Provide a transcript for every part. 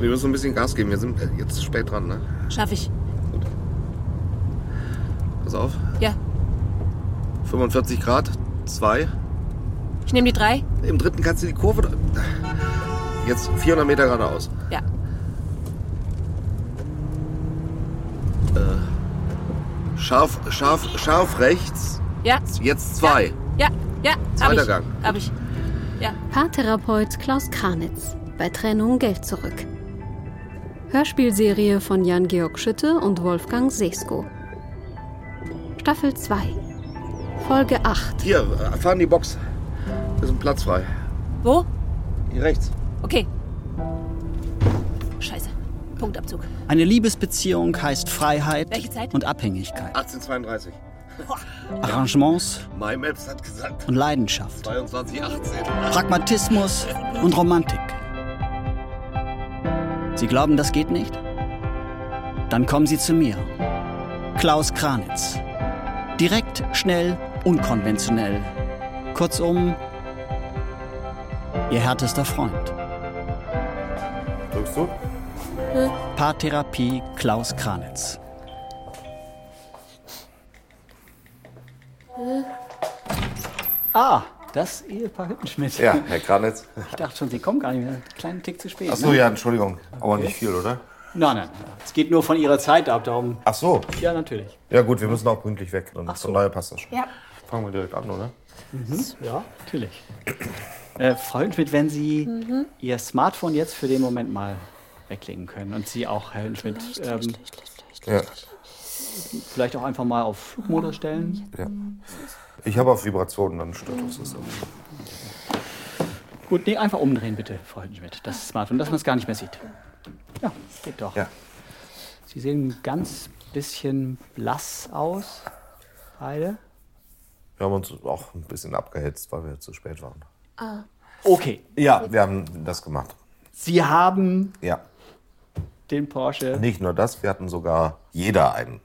müssen ein bisschen Gas geben. Wir sind jetzt spät dran, ne? Schaffe ich. Pass auf. Ja. 45 Grad, 2. Ich nehme die drei. Im dritten kannst du die Kurve. dr- Jetzt 400 Meter geradeaus. Ja. Scharf, scharf, scharf rechts. Ja. Jetzt 2. Ja. Ja. Hab Zweiter ich. Gang. Hab ich. Ja. Paartherapeut Klaus Kranitz. Bei Trennung Geld zurück. Hörspielserie von Jan-Georg Schütte und Wolfgang Sesko. Staffel 2. Folge 8. Hier, äh, fahren die Box. Da ist ein Platz frei. Wo? Hier rechts. Okay. Scheiße. Punktabzug. Eine Liebesbeziehung heißt Freiheit Welche Zeit? und Abhängigkeit, 1832. Arrangements MyMaps hat gesagt und Leidenschaft, 2218. Pragmatismus und Romantik. Sie glauben, das geht nicht? Dann kommen Sie zu mir. Klaus Kranitz. Direkt, schnell, unkonventionell. Kurzum, Ihr härtester Freund. Drückst du? Paartherapie Klaus Kranitz. Ah, das Ehepaar Hüttenschmidt. Ja, Herr Kranitz. Ich dachte schon, Sie kommen gar nicht mehr. Einen kleinen Tick zu spät. Ach so, ne? ja, Entschuldigung. Aber nicht viel, oder? Nein, nein, nein. Es geht nur von Ihrer Zeit ab. Darum. Ach so. Ja, natürlich. Ja gut, wir müssen auch pünktlich weg. Und so. Von daher passt das schon. Ja. Fangen wir direkt an, oder? Ja, natürlich. Äh, Frau Hüttenschmidt, wenn Sie Ihr Smartphone jetzt für den Moment mal weglegen können und Sie auch, Herr Hüttenschmidt, ähm, Ja. vielleicht auch einfach mal auf Flugmodus stellen. ja. Ich habe auf Vibrationen, dann stört uns das. auch. Gut, nee, einfach umdrehen bitte, Frau Hüttenschmidt, das Smartphone, dass man es gar nicht mehr sieht. Ja, geht doch. Ja. Sie sehen ein ganz bisschen blass aus, beide. Wir haben uns auch ein bisschen abgehetzt, weil wir zu spät waren. Okay, Ja, wir haben das gemacht. Sie haben Ja. den Porsche. Nicht nur das, wir hatten sogar jeder einen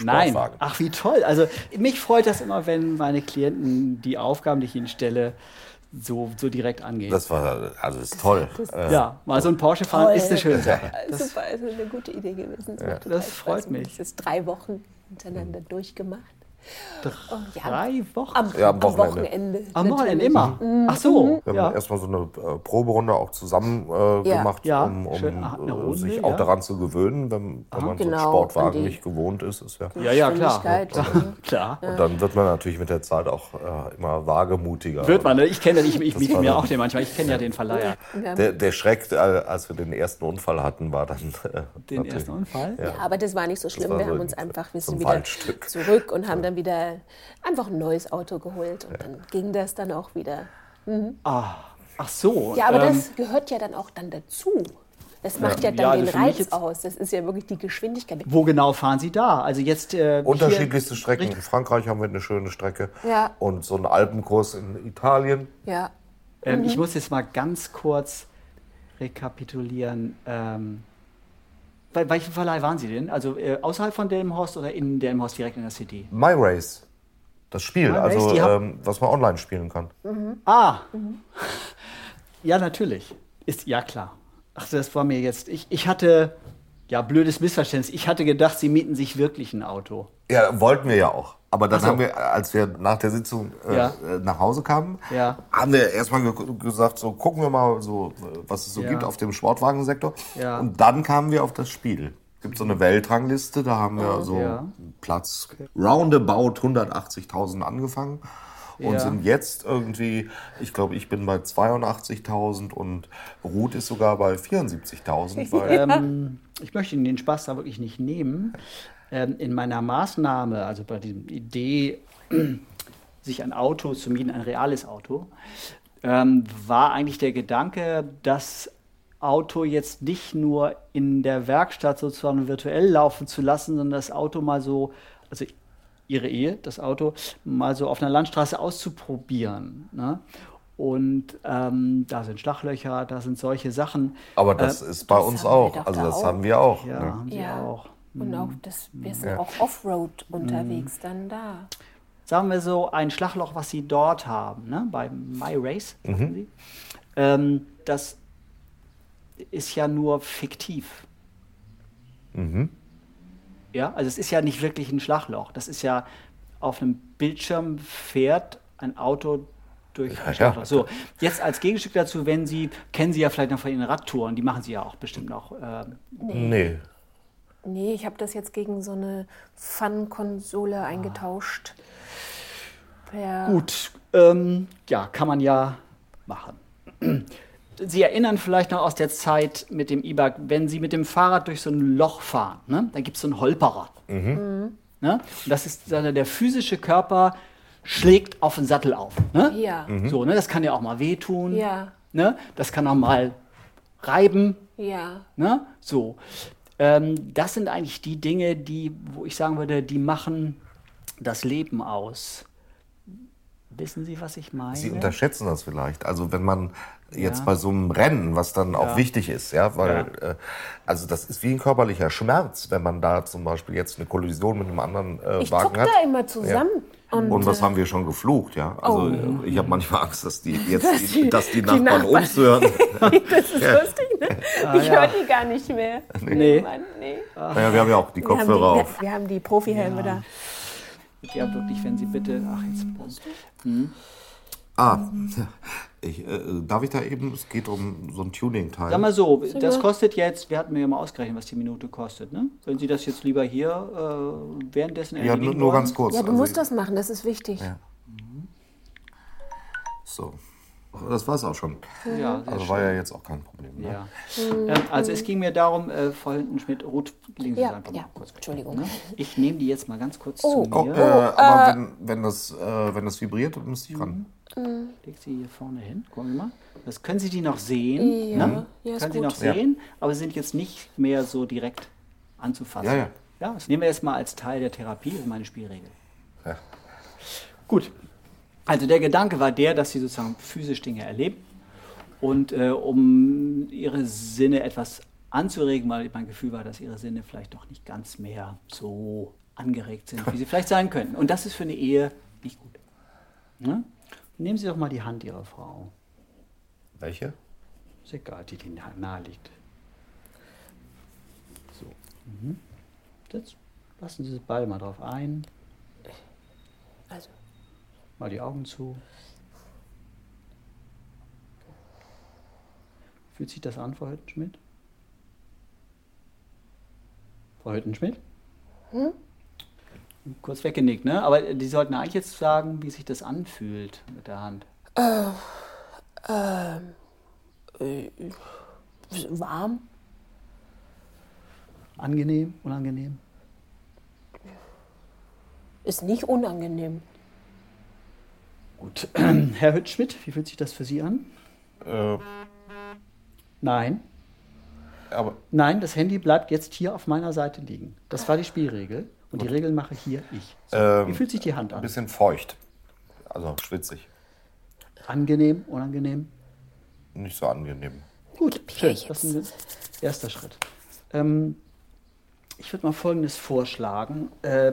Nein. Sportwagen. Ach, wie toll. Also mich freut das immer, wenn meine Klienten die Aufgaben, die ich ihnen stelle, so, so direkt angehen. Das war, also ist toll. Äh, ja, mal so ein Porsche fahren ist eine schöne Sache. Das Super, ist eine gute Idee gewesen. Ja. Das freut mich. Das ist drei Wochen hintereinander durchgemacht. Drei Wochen. Am, Ja, am am Wochenende. Wochenende. Am Wochenende natürlich. immer. Ah, Ach so. Wir haben Ja. erstmal so eine äh, Proberunde auch zusammen äh, Ja. gemacht, Ja, um, um schön. Ach, eine äh, Runde, sich ja. auch daran zu gewöhnen, wenn, wenn man so einen Genau, Sportwagen an die- nicht gewohnt ist. ist ja. ja, ja, klar. Geschwindigkeit. klar. Und dann wird man natürlich mit der Zeit auch äh, immer wagemutiger. Wird man, ne? Ich kenne das, ich, ich Das miete war mir dann- auch den manchmal. Ich kenne ja den Verleiher. Der, der Schreck, äh, als wir den ersten Unfall hatten, war dann. Äh, Den natürlich- ersten Unfall. Ja, aber das war nicht so schlimm. war Wir so haben ein- uns einfach, wir so sind ein wieder Waldstück. zurück und haben dann wieder einfach ein neues Auto geholt. Und dann ging das dann auch wieder. Ach so. Ja, aber ähm, das gehört ja dann auch dann dazu. Das macht ja, Ja, dann also den für mich Reiz jetzt- aus. Das ist ja wirklich die Geschwindigkeit. Wo genau fahren Sie da? Also jetzt äh, Unterschiedlichste Strecken. In Frankreich haben wir eine schöne Strecke. Ja. Und so einen Alpenkurs in Italien. Ja. Hier, ähm, Ich muss jetzt mal ganz kurz rekapitulieren. Ähm, bei welchem Verleih waren Sie denn? Also äh, außerhalb von Delmenhorst oder in Delmenhorst direkt in der City? My Race. Das Spiel, My Race, also die haben- ähm, was man online spielen kann. Ah, ja natürlich. Ist ja klar. Ach, das war mir jetzt. Ich, ich hatte ja blödes Missverständnis. Ich hatte gedacht, Sie mieten sich wirklich ein Auto. Ja, wollten wir ja auch. Aber dann Ach so. haben wir, als wir nach der Sitzung äh, Ja. äh, nach Hause kamen, Ja. haben wir erstmal ge gesagt, so gucken wir mal, so, äh, was es so Ja. gibt auf dem Sportwagensektor. Ja. Und dann kamen wir auf das Spiel. Es gibt so eine Weltrangliste, da haben wir so Oh, Ja. Platz roundabout 180.000 angefangen. Und Ja. sind jetzt irgendwie, ich glaube, ich bin bei 82.000 und Ruth ist sogar bei 74.000, weil Ähm, ich möchte Ihnen den Spaß da wirklich nicht nehmen. Ähm, in meiner Maßnahme, also bei diesem Idee, sich ein Auto zu mieten, ein reales Auto, ähm, war eigentlich der Gedanke, das Auto jetzt nicht nur in der Werkstatt sozusagen virtuell laufen zu lassen, sondern das Auto mal so, also ihre Ehe, das Auto, mal so auf einer Landstraße auszuprobieren. Ne? Und ähm, da sind Schlachlöcher, da sind solche Sachen. aber das ist bei uns auch. doch Also da das auch. haben wir auch. Äh, Ja, Ne? haben sie Ja. auch. Und auch das, wir sind auch Offroad Mhm. unterwegs dann da. sagen wir so, ein Schlagloch, was sie Mhm. dort haben, ne? bei My Race, sagen sie, ähm, das ist ja nur fiktiv. Mhm. Ja, also es ist ja nicht wirklich ein Schlagloch. Das ist ja auf einem Bildschirm fährt ein Auto durch ja. ein Schlagloch. So, jetzt als Gegenstück dazu, wenn Sie, kennen Sie ja vielleicht noch von Ihren Radtouren, die machen Sie ja auch bestimmt noch. ähm, Nee. Nee, ich habe das jetzt gegen so eine Fun-Konsole eingetauscht. Per Gut, ähm, ja, kann man ja machen. Sie erinnern vielleicht noch aus der Zeit mit dem E-Bike, wenn Sie mit dem Fahrrad durch so ein Loch fahren, ne? da gibt es so einen Holperer. Mhm. Ne? Und das ist dann der physische Körper schlägt auf den Sattel auf. Ne? Ja. Mhm. So, ne? Das kann ja auch mal wehtun. Ja. Ne? Das kann auch mal reiben. Ja. Ne? So. Ähm, das sind eigentlich die Dinge, die, wo ich sagen würde, die machen das Leben aus. Wissen Sie, was ich meine? Sie unterschätzen das vielleicht. Also wenn man jetzt Ja. bei so einem Rennen, was dann auch wichtig ist, ja, weil Äh, also das ist wie ein körperlicher Schmerz, wenn man da zum Beispiel jetzt eine Kollision mit einem anderen äh, Ich zuck Wagen hat. da immer zusammen. Und, Und, was äh, haben wir schon geflucht, ja? Also äh, ich habe manchmal Angst, dass die jetzt Oh. Dass die, die- dass die die Nachbarn, Nachbarn- uns hören. das ist lustig, ne? Ah, ich höre die gar nicht mehr. Nee. Mann, nee. naja, wir haben ja auch die Wir, haben die, Kopfhörer auf. wir, wir haben die Profihelme da. Ja, wirklich, wenn Sie bitte. Ach, jetzt. Ah, Mhm. ich, äh, darf ich da eben? Es geht um so ein Tuning-Teil. Sag mal so, das kostet jetzt, wir hatten mir ja mal ausgerechnet, was die Minute kostet, ne? Wenn Sie das jetzt lieber hier äh, währenddessen ja, nur, erledigen nur wollen. ganz kurz. Ja, du Also, musst das machen, das ist wichtig. Ja. So. Das war's auch schon. Ja, sehr Also war ja jetzt auch kein Problem. Ne? Ja. Ähm, also es ging mir darum, äh, Frau Hintenschmidt, Ruth, legen Sie Ja, es einfach ja, mal kurz weg. Entschuldigung. Ne? Ich nehme die jetzt mal ganz kurz zu Oh, mir. äh, mhm. aber wenn, wenn, das, äh, wenn das vibriert, dann müsste ich ran. Leg sie hier vorne hin. Gucken Sie mal. Das können Sie die noch sehen. Ja, ne? ja, ist können Sie gut. noch Ja. sehen, aber sind jetzt nicht mehr so direkt anzufassen. Ja, ja. ja das nehmen wir jetzt mal als Teil der Therapie, das ist meine Spielregel. Ja. Gut. Also der Gedanke war der, dass sie sozusagen physisch Dinge erleben und äh, um ihre Sinne etwas anzuregen, weil mein Gefühl war, dass ihre Sinne vielleicht doch nicht ganz mehr so angeregt sind, wie sie vielleicht sein könnten. Und das ist für eine Ehe nicht gut. Ne? Nehmen Sie doch mal die Hand Ihrer Frau. Welche? Ist egal, die Ihnen nahe liegt. So. Mhm. Jetzt lassen Sie beide mal drauf ein. Also, Mal die Augen zu. Fühlt sich das an, Frau Hüttenschmidt? Frau Hüttenschmidt? Kurz weggenickt, ne? Aber äh, die sollten eigentlich jetzt sagen, wie sich das anfühlt mit der Hand. warm? Angenehm, unangenehm? Ist nicht unangenehm. Gut. Herr Hüttenschmidt, wie fühlt sich das für Sie an? Äh, Nein. aber Nein, das Handy bleibt jetzt hier auf meiner Seite liegen. Das war die Spielregel. Und die Regel mache hier ich. So, Ähm, wie fühlt sich die Hand ein an? bisschen feucht. Also schwitzig. Angenehm, unangenehm? Nicht so angenehm. Gut, schön. Das ist ein erster Schritt. Ähm, ich würde mal Folgendes vorschlagen. Äh,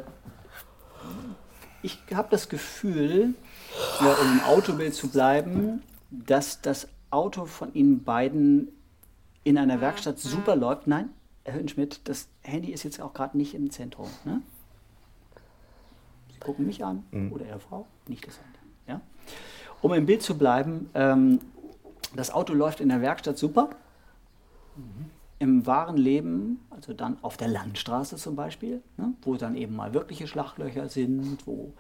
ich habe das Gefühl, ja, um im Autobild zu bleiben, dass das Auto von Ihnen beiden in einer Werkstatt super läuft. Nein, Herr Hünschmidt, das Handy ist jetzt auch gerade nicht im Zentrum. Ne? Sie gucken mich an oder Ihre Frau, nicht das andere. Ja? Um im Bild zu bleiben, ähm, das Auto läuft in der Werkstatt super. Im wahren Leben, also dann auf der Landstraße zum Beispiel, ne, wo dann eben mal wirkliche Schlachtlöcher sind, wo,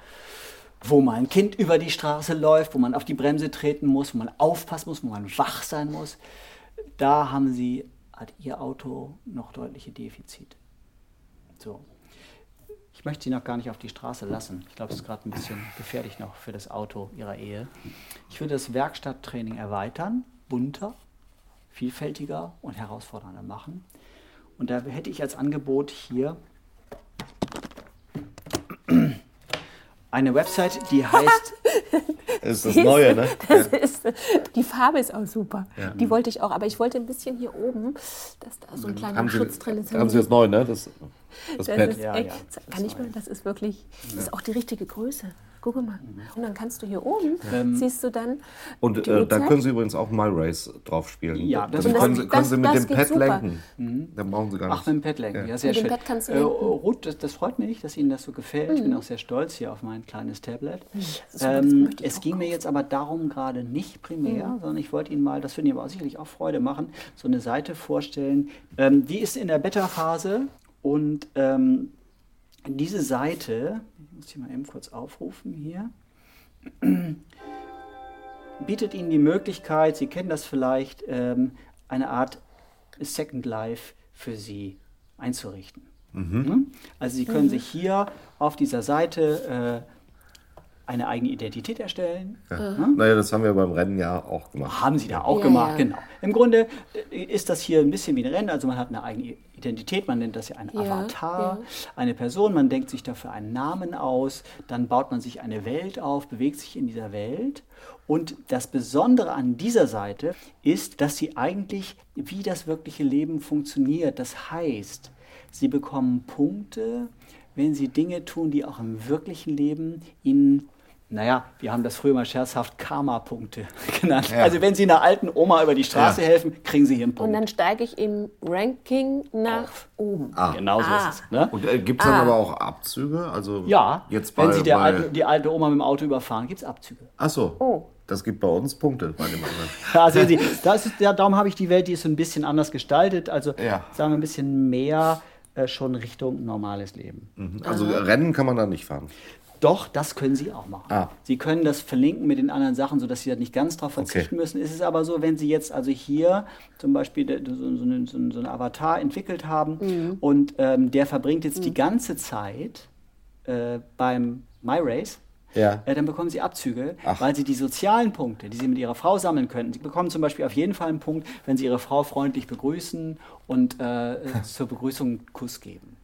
wo mal ein Kind über die Straße läuft, wo man auf die Bremse treten muss, wo man aufpassen muss, wo man wach sein muss, da haben sie, hat ihr Auto noch deutliche Defizite. So. Ich möchte sie noch gar nicht auf die Straße lassen. Ich glaube, es ist gerade ein bisschen gefährlich noch für das Auto ihrer Ehe. Ich würde das Werkstatttraining erweitern, bunter, vielfältiger und herausfordernder machen. Und da hätte ich als Angebot hier eine Website, die heißt Ist das Neue, ne? Das ist, die Farbe ist auch super. Die wollte ich auch, aber ich wollte ein bisschen hier oben, dass da so ein kleiner Mhm. Haben Schutz Sie, drin ist. haben Sie das Neue, ne? Das, das das Pad. ist Ja, echt, ja, kann ich mal, das ist wirklich, das ist auch die richtige Größe. Google mal. Und dann kannst du hier oben, Ähm, siehst du dann Und die äh, da Uhrzeit. können Sie übrigens auch My Race drauf spielen. Ja, das das dann ist- können, Sie- das- können Sie mit das dem geht Pad super. lenken. Dann brauchen Sie gar Ach, nichts. mit dem Pad lenken, ja, sehr Mit dem schön. Pad kannst du äh, lenken. Mhm. Ruth, das, das freut mich, dass Ihnen das so gefällt. Ich bin auch sehr stolz hier auf mein kleines Tablet. das Ähm, möchte ich es auch Mhm. ging mir jetzt aber darum gerade nicht primär, sondern ich wollte Ihnen mal, das würde Ihnen aber sicherlich auch Freude machen, so eine Seite vorstellen. Ähm, die ist in der Beta-Phase und ähm, diese Seite, ich muss die mal eben kurz aufrufen hier, bietet Ihnen die Möglichkeit, Sie kennen das vielleicht, ähm, eine Art Second Life für Sie einzurichten. Mhm. Also Sie können sich hier auf dieser Seite äh, eine eigene Identität erstellen. Ne? Ja. Naja, das haben wir beim Rennen ja auch gemacht. Haben Sie da auch Äh. Ja, gemacht, ja. genau. Im Grunde äh, ist das hier ein bisschen wie ein Rennen, also man hat eine eigene Identität, man nennt das ja einen Ja, Avatar, ja. eine Person, man denkt sich dafür einen Namen aus, dann baut man sich eine Welt auf, bewegt sich in dieser Welt. Und das Besondere an dieser Seite ist, dass sie eigentlich wie das wirkliche Leben funktioniert. Das heißt, sie bekommen Punkte, wenn sie Dinge tun, die auch im wirklichen Leben ihnen naja, wir haben das früher mal scherzhaft Karma-Punkte genannt. Also wenn Sie einer alten Oma über die Straße Ja. helfen, kriegen Sie hier einen und Punkt. dann steige ich im Ranking nach oben. Ah. Genau so ist es. Ne? Und äh, gibt es dann Ah. aber auch Abzüge? Also Ja, jetzt bei, wenn Sie der bei, alte, die alte Oma mit dem Auto überfahren, gibt es Abzüge. Ach so. Oh. Das gibt bei uns Punkte bei dem anderen. Da sehen Also Sie, das ist, ja, darum habe ich die Welt, die ist so ein bisschen anders gestaltet. Also Ja. sagen wir ein bisschen mehr äh, schon Richtung normales Leben. Mhm. Also Rennen kann man da nicht fahren. Doch, das können Sie auch machen. Ah. Sie können das verlinken mit den anderen Sachen, sodass Sie da nicht ganz drauf verzichten müssen. Es ist aber so, wenn Sie jetzt also hier zum Beispiel de- so, so, einen- so, einen- so einen Avatar entwickelt haben und ähm, der verbringt jetzt die ganze Zeit äh, beim MyRace, Ja. äh, dann bekommen Sie Abzüge, Ach. weil Sie die sozialen Punkte, die Sie mit Ihrer Frau sammeln könnten, Sie bekommen zum Beispiel auf jeden Fall einen Punkt, wenn Sie Ihre Frau freundlich begrüßen und äh, äh, zur Begrüßung einen Kuss geben.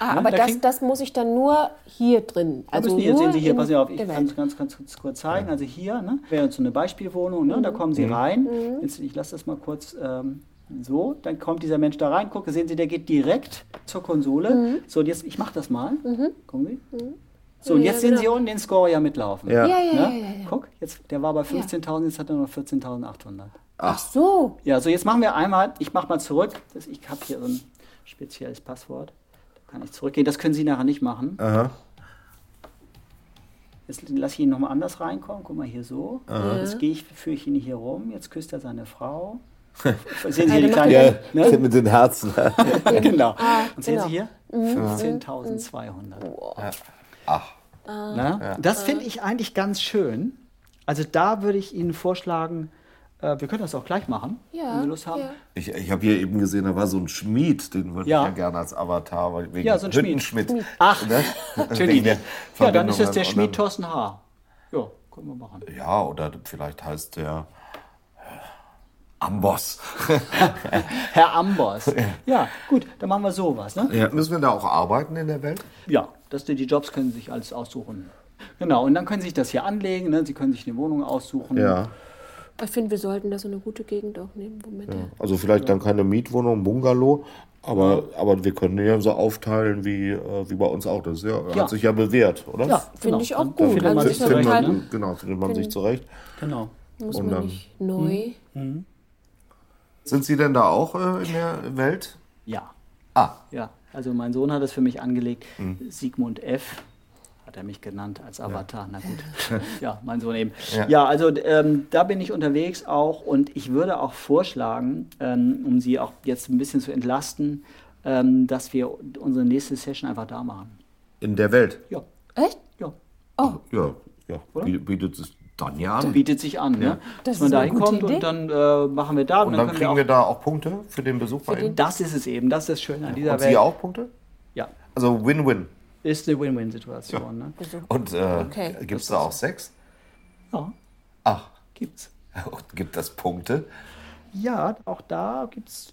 Ah, Ja, aber da das, kriegen- das muss ich dann nur hier drin. Also Also müssen hier, nur sehen Sie hier, in passen Sie auf, ich der kann Welt. es ganz, ganz, ganz kurz zeigen. Also hier ne, wäre jetzt so eine Beispielwohnung, ne, Mhm. da kommen Sie rein. Jetzt, ich lasse das mal kurz ähm, so. Dann kommt dieser Mensch da rein, gucke, sehen Sie, der geht direkt zur Konsole. Mhm. So, und jetzt, ich mache das mal. Gucken Sie. So, und Ja, jetzt sehen Sie genau. unten den Score ja mitlaufen. Ja. Ja, ja, ja, Ne? ja, ja. Guck, jetzt, der war bei 15.000, jetzt hat er noch 14.800. Ach so. Ja, so jetzt machen wir einmal, ich mache mal zurück. Das, ich habe hier so ein spezielles Passwort. Da kann ich zurückgehen. Das können Sie nachher nicht machen. Aha. Jetzt lasse ich ihn nochmal anders reinkommen. Guck mal hier so. Jetzt gehe ich, führe ich ihn hier rum. Jetzt küsst er seine Frau. Sehen Sie hier die kleine. Ja, Ne? mit den Herzen. genau. Mhm. Und sehen genau. Sie hier? 15.200. Ach. Ne? Das finde ich eigentlich ganz schön. Also da würde ich Ihnen vorschlagen, äh, wir können das auch gleich machen, Ja, wenn Sie Lust haben. ja. Ich, ich habe hier eben gesehen, da war so ein Schmied, den würde Ja. ich ja gerne als Avatar, weil- wegen Ja, so ein Schmied. Hüttenschmied. Ach, Ne? natürlich. Wegen der Ja, dann ist es Verbindungen der und Schmied dann- Thorsten H. Ja, können wir machen. Ja, oder vielleicht heißt der äh, Amboss. Herr Amboss. Ja, gut, dann machen wir sowas. Ne? Ja. Müssen wir da auch arbeiten in der Welt? Ja, das, die Jobs können sich alles aussuchen. Genau, und dann können Sie sich das hier anlegen, ne? Sie können sich eine Wohnung aussuchen. Ich finde, wir sollten da so eine gute Gegend auch nehmen, womit ja. Also vielleicht dann keine Mietwohnung, Bungalow, aber, aber wir können ja so aufteilen wie, äh, wie bei uns auch. Das ist ja, Ja. hat sich ja bewährt, oder? Ja, genau. Finde ich auch Dann gut. Findet man Also sich ist ja findet zurecht, total- ne? man, genau, findet man sich zurecht. Genau. muss Und man dann- nicht Hm. neu. Sind Sie denn da auch äh, in der Welt? Ja, Ah, Mhm. ja. Also mein Sohn hat es für mich angelegt. Sigmund F. hat er mich genannt als Avatar. Na gut. ja, mein Sohn eben. Ja, also ähm, da bin ich unterwegs auch und ich würde auch vorschlagen, ähm, um Sie auch jetzt ein bisschen zu entlasten, ähm, dass wir unsere nächste Session einfach da machen. in der Welt. Ja, Echt? ja. Ja, ja. Bietet, bietet es dann ja an. bietet sich an, ne? dass Das man ist da eine gute hinkommt und Idee. dann äh, machen wir da. Und dann kriegen wir können da auch Punkte für den Besuch bei Ihnen. auch, Das ist es eben, das ist das Schöne an dieser Und Welt. Sie auch Punkte? Ja, Also Win-Win. ist eine Win-Win-Situation. Ne? Und äh, Okay. gibt es da auch Sex? Ja, Ach, gibt's. und gibt das Punkte? Ja, auch da gibt's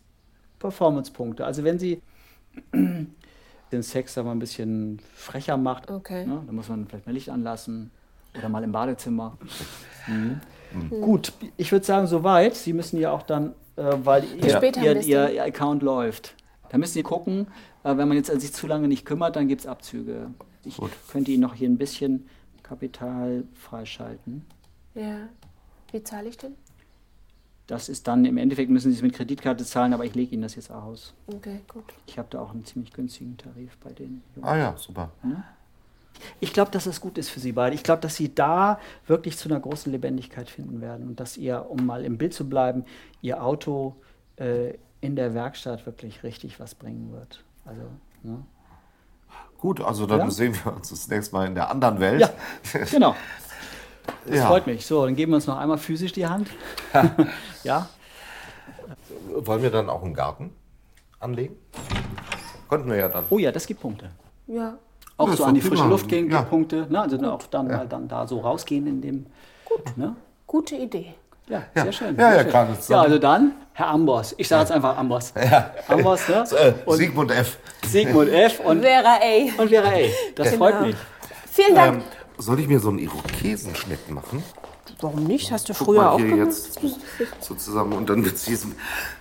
Performance-Punkte. Also wenn Sie den Sex da mal ein bisschen frecher macht, Okay. ne, dann muss man vielleicht mal Licht anlassen oder mal im Badezimmer. Mhm. Gut, ich würde sagen, soweit. Sie müssen ja auch dann, äh, weil ihr, später ihr, ein ihr, bisschen. ihr Account läuft. Da müssen Sie gucken, äh, wenn man jetzt an sich zu lange nicht kümmert, dann gibt es Abzüge. Ich könnte Ihnen noch hier ein bisschen Kapital freischalten. Ja. Wie zahle ich denn? Das ist dann, im Endeffekt müssen Sie es mit Kreditkarte zahlen, aber ich lege Ihnen das jetzt aus. Okay, gut. Ich habe da auch einen ziemlich günstigen Tarif bei den Jungs. Ah ja, super. Ich glaube, dass das gut ist für Sie beide. Ich glaube, dass Sie da wirklich zu einer großen Lebendigkeit finden werden und dass ihr, um mal im Bild zu bleiben, Ihr Auto äh, in der Werkstatt wirklich richtig was bringen wird. Also, ne? Gut, also dann Ja. sehen wir uns das nächste Mal in der anderen Welt. Ja, genau. Das Ja. freut mich. So, dann geben wir uns noch einmal physisch die Hand. ja, Wollen wir dann auch einen Garten anlegen? Könnten wir ja dann. Oh ja, das gibt Punkte. Ja. Auch Ja, so ist an die doch frische prima. Luft gehen, Ja. gibt Punkte. Ne? Also ne, auch dann mal dann da so rausgehen in dem. Gut. Ne? Gute Idee. Ja, Ja. sehr schön. Ja, sehr ja, schön. klar, das- ja, also dann, Herr Amboss. Ich sage jetzt einfach Amboss. Amboss, ne? Äh, Und Sigmund F. Sigmund F. und, Vera, ey. und Vera A. Das freut mich. Vielen Dank. Ähm, soll ich mir so einen Irokesenschnitt machen? Warum nicht? Hast du Guck mal früher auch hier gemacht? jetzt so zusammen und dann mit diesem,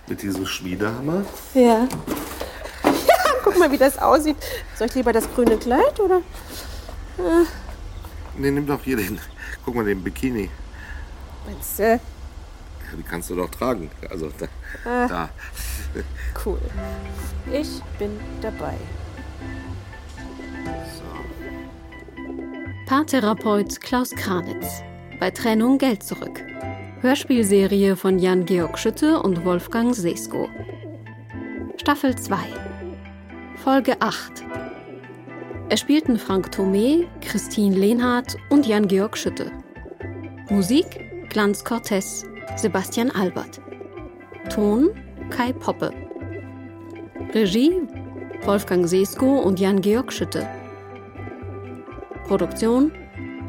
mit diesem Schmiedehammer. Ja. Guck mal, wie das aussieht. Soll ich lieber das grüne Kleid oder? Ne, Äh. nimm doch hier den. Guck mal, den Bikini. Meinst du? Ja, Den kannst du doch tragen. Also da. Äh. da. Cool. Ich bin dabei. Paartherapeut Klaus Kranitz. Bei Trennung Geld zurück. Hörspielserie von Jan-Georg Schütte und Wolfgang Sesko. Staffel 2. Folge 8. Es spielten Frank Thome, Christine Lehnhardt und Jan-Georg Schütte. Musik Glanz Cortez, Sebastian Albert. Ton Kai Poppe. Regie Wolfgang Sesko und Jan-Georg Schütte. Produktion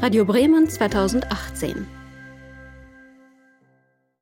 Radio Bremen 2018.